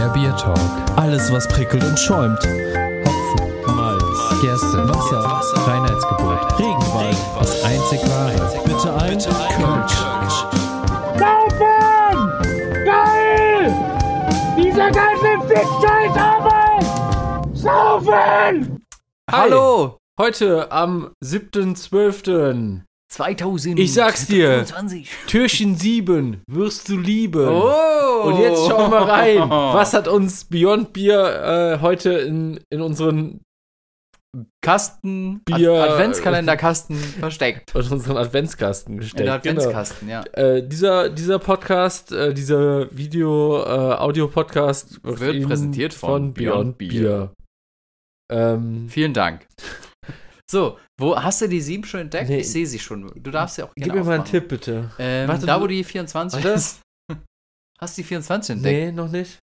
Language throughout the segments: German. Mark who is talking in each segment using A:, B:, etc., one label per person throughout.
A: Talk.
B: Alles, was prickelt und schäumt.
A: Hopfen, Malz,
B: Gerste,
A: Wasser,
B: Wasser,
A: Reinheitsgebot,
B: Regenwald,
A: das einzig wahre.
B: Bitte ein Kölsch.
C: Saufen! Geil! Diese ganze Fick-Scheiß-Arbeit! Saufen!
D: Hallo! Heute am 7.12.
E: 2000.
D: Ich sag's dir.
E: 20.
D: Türchen 7 wirst du lieben.
E: Oh!
D: Und jetzt schauen wir rein. Was hat uns Beyond Beer äh, heute in, in unseren,
E: Kasten,
D: Bier-
E: Ad Adventskalenderkasten versteckt.
D: in unseren Adventskasten
E: In
D: gestellt?
E: der Adventskasten, ja.
D: Genau. Äh, dieser, dieser Podcast, äh, dieser Video, äh, Audio-Podcast
E: Wird
D: Ihnen
E: präsentiert von Beyond Beer.
D: Beer. Ähm,
E: Vielen Dank. So, wo hast du die 7 schon entdeckt?
D: Nee.
E: Ich sehe sie schon. Du darfst sie auch gerne
D: gib mir mal einen
E: aufmachen.
D: Tipp, bitte.
E: Ähm,
D: Warte,
E: da,
D: du-
E: wo die 24
D: Warte.
E: ist. Hast du die 24 entdeckt?
D: Nee, noch nicht.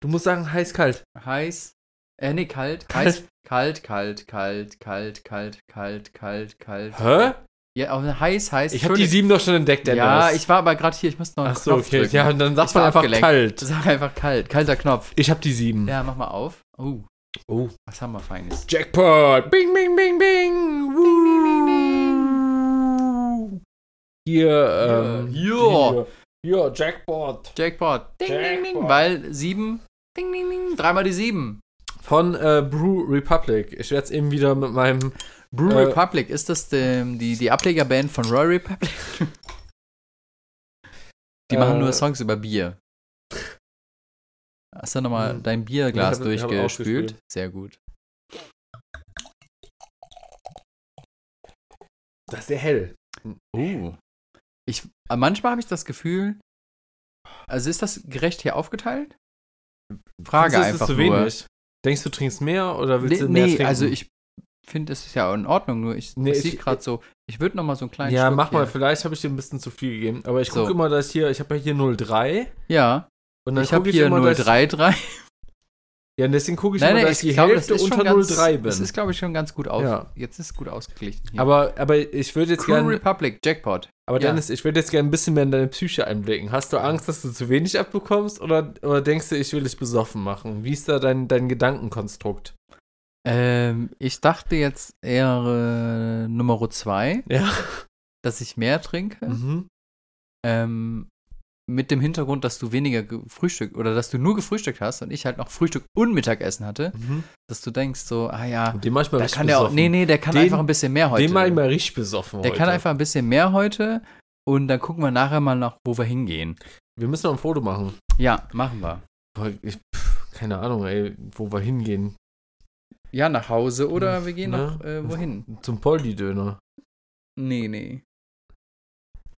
D: Du musst sagen, heiß-kalt.
E: Heiß. Äh, nee, kalt. Heiß. Kalt, kalt, kalt, kalt, kalt, kalt, kalt, kalt.
D: Hä?
E: Ja, auf heiß, heiß.
D: Ich habe die 7 doch schon entdeckt,
E: Ja,
D: Dennis.
E: ich war aber gerade hier. Ich muss noch einen
D: Ach so,
E: Knopf
D: okay.
E: drücken.
D: Ja, und dann sagt
E: Ich war
D: man einfach
E: abgelenkt.
D: kalt.
E: Sag einfach kalt. Kalter Knopf.
D: Ich habe die 7.
E: Ja, mach mal auf. Oh,
D: Oh.
E: was haben wir Feines?
D: Jackpot! Bing, bing, bing, bing! Woo. Hier, ähm.
E: Ja.
D: Hier, hier, Jackpot!
E: Jackpot. Ding, ding, ding.
D: Jackpot.
E: Weil sieben. Ding, ding, ding. Dreimal die sieben.
D: Von äh, Brew Republic. Ich werde es eben wieder mit meinem.
E: Brew
D: Äh.
E: Republic, ist das die, die, die Ablegerband von Roy Republic? Die machen
D: Äh.
E: nur Songs über Bier. Hast du nochmal
D: Hm.
E: dein Bierglas
D: Ich hab- ich hab
E: durchgespült?
D: ausgespült.
E: Sehr gut.
D: Das ist sehr hell.
E: Oh. Ich, äh, manchmal habe ich das Gefühl, also ist das gerecht hier aufgeteilt? Frage
D: Findest du, es ist
E: einfach
D: zu
E: nur.
D: wenig. Denkst du, trinkst mehr oder willst du
E: nee,
D: mehr
E: nee,
D: trinken?
E: also ich finde, es ist ja in Ordnung, nur ich
D: Nee,
E: nee,
D: ich-
E: sehe gerade so, ich würde noch mal so einen kleinen
D: Ja,
E: Schluck
D: mach mal.
E: hier.
D: Vielleicht habe ich dir ein bisschen zu viel gegeben. Aber ich
E: So.
D: gucke immer, dass hier. Ich habe ja hier 03.
E: Ja,
D: Und dann
E: ich habe
D: guck
E: hier
D: immer, dass-
E: 033.
D: Ja, und deswegen gucke ich
E: Nein,
D: immer,
E: nein,
D: dass
E: ich
D: ich die
E: glaube, das
D: Hälfte
E: ist schon
D: unter
E: ganz,
D: 03 bin.
E: das ist glaube ich schon ganz gut auf.
D: Ja.
E: Jetzt ist gut ausgeglichen hier.
D: aber, aber ich würde jetzt
E: Crew
D: gerne.
E: Republic Jackpot.
D: Aber
E: ja.
D: Dennis, ich würde jetzt gerne ein bisschen mehr in deine Psyche einblicken. Hast du Angst, dass du zu wenig abbekommst oder, oder denkst du, ich will dich besoffen machen? Wie ist da dein, dein Gedankenkonstrukt?
E: Ähm, ich dachte jetzt eher äh, Nummer 2,
D: Ja.
E: dass ich mehr trinke.
D: Mhm.
E: Ähm, mit dem Hintergrund, dass du weniger gefrühstückt oder dass du nur gefrühstückt hast und ich halt noch Frühstück und Mittagessen hatte,
D: Mhm.
E: dass du denkst so, ah ja,
D: Und den manchmal
E: Da kann der auch, nee, nee, der kann
D: Den-
E: einfach ein bisschen mehr heute.
D: Den mach ich mal richtig besoffen
E: der
D: heute.
E: kann einfach ein bisschen mehr heute und dann gucken wir nachher mal nach, wo wir hingehen.
D: Wir müssen noch ein Foto machen.
E: Ja, machen wir.
D: Boah, ich, pff, keine Ahnung, ey, wo wir hingehen.
E: Ja, nach Hause oder wir gehen
D: Ne?
E: noch äh, wohin?
D: Zum Poldi-Döner.
E: Nee, nee.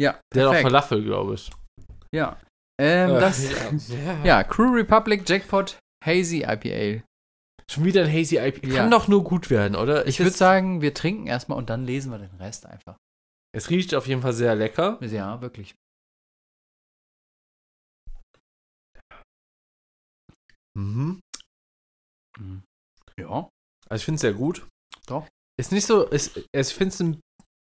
E: Ja,
D: Der hat auch
E: perfekt.
D: Falafel, glaube ich.
E: ja. Ähm,
D: Äh,
E: das,
D: ja.
E: ja, Crew Republic Jackpot Hazy IPA.
D: Schon wieder ein Hazy IP.
E: Ja.
D: Kann doch nur gut werden, oder?
E: Ich
D: Es-
E: würde sagen, wir trinken erstmal und dann lesen wir den Rest einfach.
D: Es riecht auf jeden Fall sehr lecker.
E: Ja, wirklich.
D: Mhm.
E: Ja.
D: Also ich finde es sehr gut.
E: Doch.
D: Ist nicht so, ist, ich finde es ein,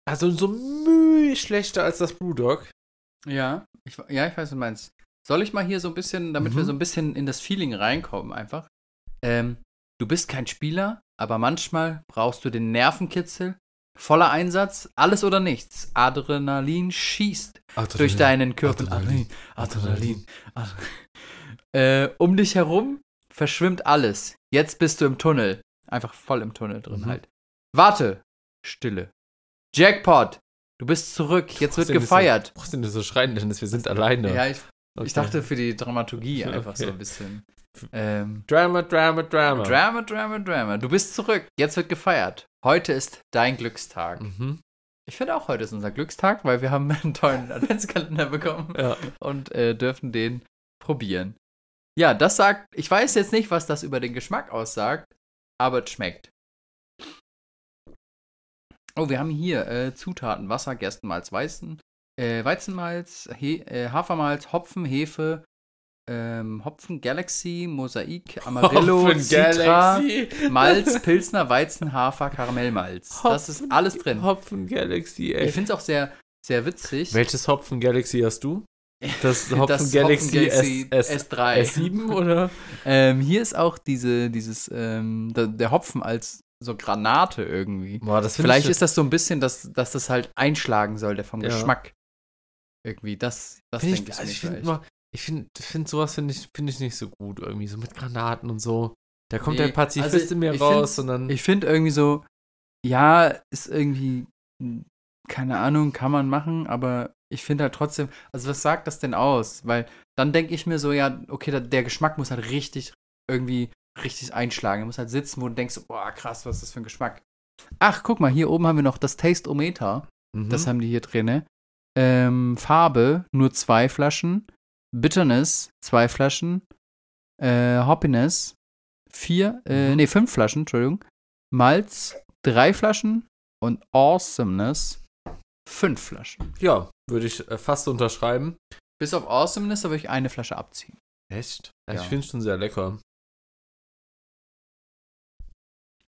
D: also so müh schlechter als das Brewdog.
E: Ja. Ich, ja, ich weiß, was du meinst. Soll ich mal hier so ein bisschen, damit
D: Mhm.
E: wir so ein bisschen in das Feeling reinkommen, einfach? Ähm, du bist kein Spieler, aber manchmal brauchst du den Nervenkitzel, voller Einsatz, alles oder nichts. Adrenalin schießt durch deinen Körper.
D: Adrenalin,
E: Adrenalin. Adrenalin. Äh, um dich herum verschwimmt alles. Jetzt bist du im Tunnel. Einfach voll im Tunnel drin
D: Mhm.
E: halt. Warte. Stille. Jackpot. Du bist zurück. Jetzt wird
D: Trotzdem ist
E: gefeiert.
D: Du brauchst denn nicht so schreien, Dennis, wir sind alleine.
E: Ja, ich,
D: Okay.
E: ich dachte für die Dramaturgie einfach so
D: Okay.
E: ein bisschen. Ähm,
D: Drama, Drama, Drama.
E: Drama, Drama, Drama. Du bist zurück. Jetzt wird gefeiert. Heute ist dein Glückstag.
D: Mhm.
E: Ich finde auch, heute ist unser Glückstag, weil wir haben einen tollen Adventskalender bekommen
D: Ja.
E: und äh, dürfen den probieren. Ja, das sagt, ich weiß jetzt nicht, was das über den Geschmack aussagt, aber es schmeckt. Oh, wir haben hier äh, Zutaten: Wasser, Gerstenmalz, Weizen, äh, Weizenmalz, He äh, Hafermalz, Hopfen, Hefe, ähm, Hopfen, Galaxy, Mosaik, Amarillo,
D: Hopfen
E: Citra,
D: Galaxy.
E: Malz, Pilsner, Weizen, Hafer, Karamellmalz. das ist
D: Hopfen-
E: alles drin.
D: Hopfen Galaxy, ey.
E: Ich finde es auch sehr, sehr witzig.
D: Welches Hopfen Galaxy hast du? Das Hopfen
E: Das
D: Galaxy,
E: Hopfen Galaxy
D: S, S,
E: S3.
D: S7 oder?
E: Ähm, hier ist auch diese, dieses, ähm, da, der Hopfen als so Granate irgendwie.
D: Boah, das find
E: Vielleicht
D: ich,
E: ist das so ein bisschen, dass, dass das halt einschlagen soll, der vom
D: Ja.
E: Geschmack. Irgendwie, das, das
D: Find
E: denke
D: ich,
E: ich,
D: also ich
E: mir
D: finde
E: vielleicht.
D: immer, ich finde find sowas finde ich, find ich nicht so gut irgendwie, so mit Granaten und so. Da kommt
E: Nee,
D: der Pazifist
E: also
D: in mir
E: ich
D: raus
E: find's-
D: und dann.
E: Ich finde irgendwie so, ja, ist irgendwie, mh, keine Ahnung, kann man machen, aber ich finde halt trotzdem, also was sagt das denn aus? Weil dann denke ich mir so, ja, okay, da, der Geschmack muss halt richtig irgendwie richtig einschlagen. Er muss halt sitzen, wo du denkst, boah, krass, was ist das für ein Geschmack? Ach, guck mal, hier oben haben wir noch das Taste-O-Meter.
D: Mhm.
E: Das haben die hier drin. ne? Ähm, Farbe, nur zwei Flaschen. Bitterness, zwei Flaschen. Äh, Hoppiness, vier, äh,
D: Mhm.
E: nee, fünf Flaschen, Entschuldigung. Malz, drei Flaschen. Und Awesomeness, fünf Flaschen.
D: ja, würde ich äh, fast unterschreiben.
E: Bis auf Awesomeness, da würde ich eine Flasche abziehen.
D: Echt?
E: Ja.
D: Ich finde es schon sehr lecker.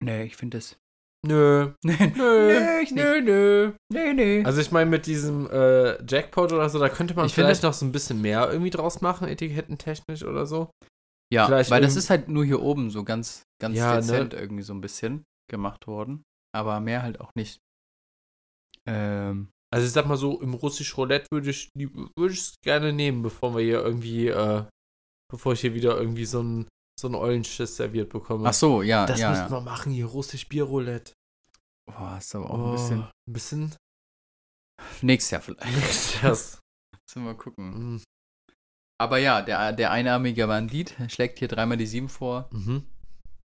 E: Nee, ich finde das.
D: Nö.
E: Nee,
D: Nö,
E: ich
D: nö, nö.
E: nee, nee.
D: Also ich meine, mit diesem äh, Jackpot oder so, da könnte man
E: Ich finde-
D: vielleicht noch so ein bisschen mehr irgendwie draus machen, etikettentechnisch oder so.
E: ja,
D: vielleicht
E: weil das
D: irgend-
E: ist halt nur hier oben so ganz, ganz
D: Ja, ne?
E: dezent irgendwie so ein bisschen gemacht worden. Aber mehr halt auch nicht. Ähm.
D: Also ich sag mal so, im russisch Roulette würde ich die- würde ich es gerne nehmen, bevor wir hier irgendwie, äh, bevor ich hier wieder irgendwie so einen so einen Eulenschiss serviert bekomme.
E: Ach so, ja,
D: Das
E: ja.
D: müssten
E: ja.
D: wir machen hier, russisch Bierroulette.
E: Boah, ist aber auch
D: Oh,
E: ein bisschen.
D: Ein bisschen.
E: Nächstes Jahr vielleicht.
D: Das.
E: Müssen wir mal gucken.
D: Mhm.
E: Aber ja, der, der einarmige Bandit schlägt hier dreimal die 7 vor.
D: Mhm.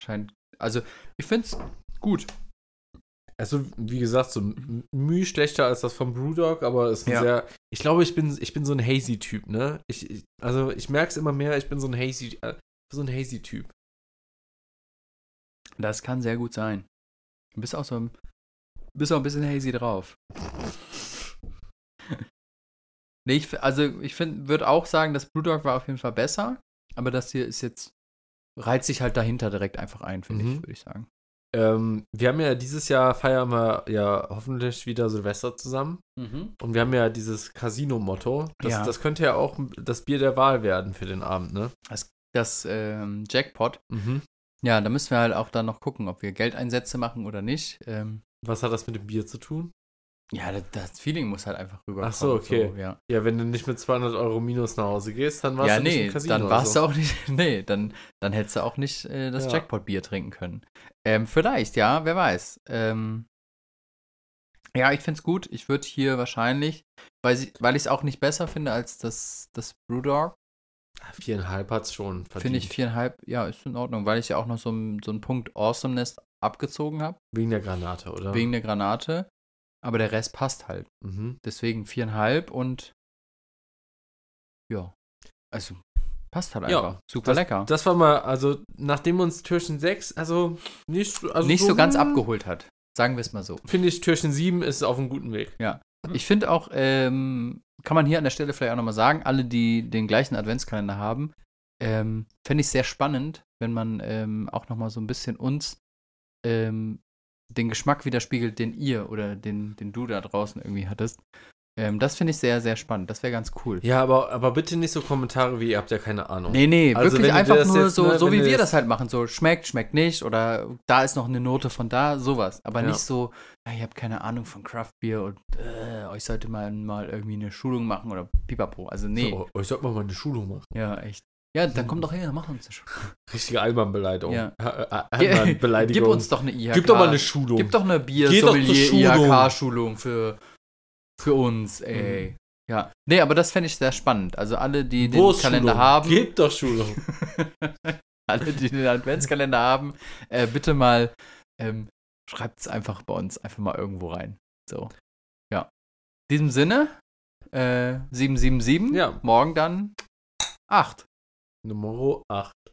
E: Scheint. Also, ich find's gut.
D: Also, wie gesagt, so m- müh schlechter als das von Brewdog, aber es ist ein
E: Ja.
D: sehr. Ich glaube, ich bin, ich bin so ein Hazy-Typ, ne? Ich, ich, also, ich merke es immer mehr, ich bin so ein Hazy, äh, so ein Hazy-Typ.
E: Das kann sehr gut sein. Du bist auch so ein. Bist auch ein bisschen hazy drauf. nee, ich, f- also ich würde auch sagen, das Brewdog war auf jeden Fall besser, aber das hier ist jetzt. Reizt sich halt dahinter direkt einfach ein, finde ich,
D: Mhm.
E: würde ich sagen.
D: Ähm, wir haben ja dieses Jahr feiern wir ja hoffentlich wieder Silvester zusammen.
E: Mhm.
D: Und wir haben ja dieses Casino-Motto. Das,
E: Ja.
D: das könnte ja auch das Bier der Wahl werden für den Abend, ne?
E: Das ähm, Jackpot
D: Mhm.
E: Ja, da müssen wir halt auch dann noch gucken, ob wir Geldeinsätze machen oder nicht. Ähm,
D: Was hat das mit dem Bier zu tun?
E: ja, das, das Feeling muss halt einfach rüberkommen.
D: Ach so, okay.
E: ja,
D: Ja, wenn du nicht mit 200 Euro minus nach Hause gehst, dann warst
E: ja
D: du nicht
E: nee,
D: im Casino.
E: dann warst
D: also.
E: du auch nicht. Nee, dann, dann hättest du auch nicht äh, das
D: Ja.
E: Jackpot-Bier trinken können. Ähm, vielleicht, ja, wer weiß. Ähm, ja, ich find's gut. Ich würde hier wahrscheinlich, weil ich es auch nicht besser finde als das, das Brewdog,
D: Viereinhalb hat's schon verdient.
E: finde ich viereinhalb, ja, ist in Ordnung, weil ich ja auch noch so, einen- so einen Punkt Awesomeness abgezogen habe,
D: Wegen der Granate, oder?
E: wegen der Granate. Aber der Rest passt halt.
D: Mhm.
E: Deswegen viereinhalb und ja. Also passt halt
D: Ja,
E: einfach. Super lecker.
D: Das war mal, also nachdem uns Türchen 6, also nicht, also
E: Nicht so ganz
D: hm,
E: abgeholt hat. Sagen wir es mal so.
D: Finde ich, Türchen 7 ist auf einem guten Weg.
E: Mhm. Ich finde auch, ähm, kann man hier an der Stelle vielleicht auch nochmal sagen, alle, die den gleichen Adventskalender haben, ähm, fände ich sehr spannend, wenn man ähm, auch nochmal so ein bisschen uns ähm, den Geschmack widerspiegelt, den ihr oder den, den du da draußen irgendwie hattest. Ähm, das finde ich sehr, sehr spannend. Das wäre ganz cool.
D: Ja, aber, aber bitte nicht so Kommentare wie, ihr habt ja keine Ahnung.
E: Nee, nee,
D: Also wenn du
E: wirklich
D: dir
E: einfach
D: das
E: nur
D: jetzt,
E: so,
D: ne,
E: so
D: wenn
E: wie
D: du
E: wir
D: das-
E: das halt machen. So schmeckt, schmeckt nicht oder da ist noch eine Note von da, sowas. Aber
D: Ja.
E: nicht so, ja, ich habe keine Ahnung von Craft Beer und äh, euch sollte man mal irgendwie eine Schulung machen oder pipapo. Also nee.
D: So, oh, ich sollte mal meine Schulung machen.
E: Ja, echt. Ja, dann komm doch her, mach uns eine Schulung.
D: Richtige Alman-Beleidigung.
E: Ja.
D: Äh, äh, Alman-Beleidigung.
E: Gib uns doch eine IHK.
D: Gib doch mal eine Schulung.
E: Gib doch eine Bier
D: Geh doch zur Schulung.
E: IHK-Schulung für, für uns, ey. Ja. Nee, aber das fände ich sehr spannend. Also alle, die den
D: Mhm. Wo ist
E: Kalender
D: Schulung?
E: haben.
D: Gib doch Schulung.
E: alle, die den Adventskalender haben, äh, bitte mal ähm, schreibt es einfach bei uns einfach mal irgendwo rein. So. Ja. In diesem Sinne, äh, 777.
D: Ja.
E: Morgen dann 8.
D: Nummer 8.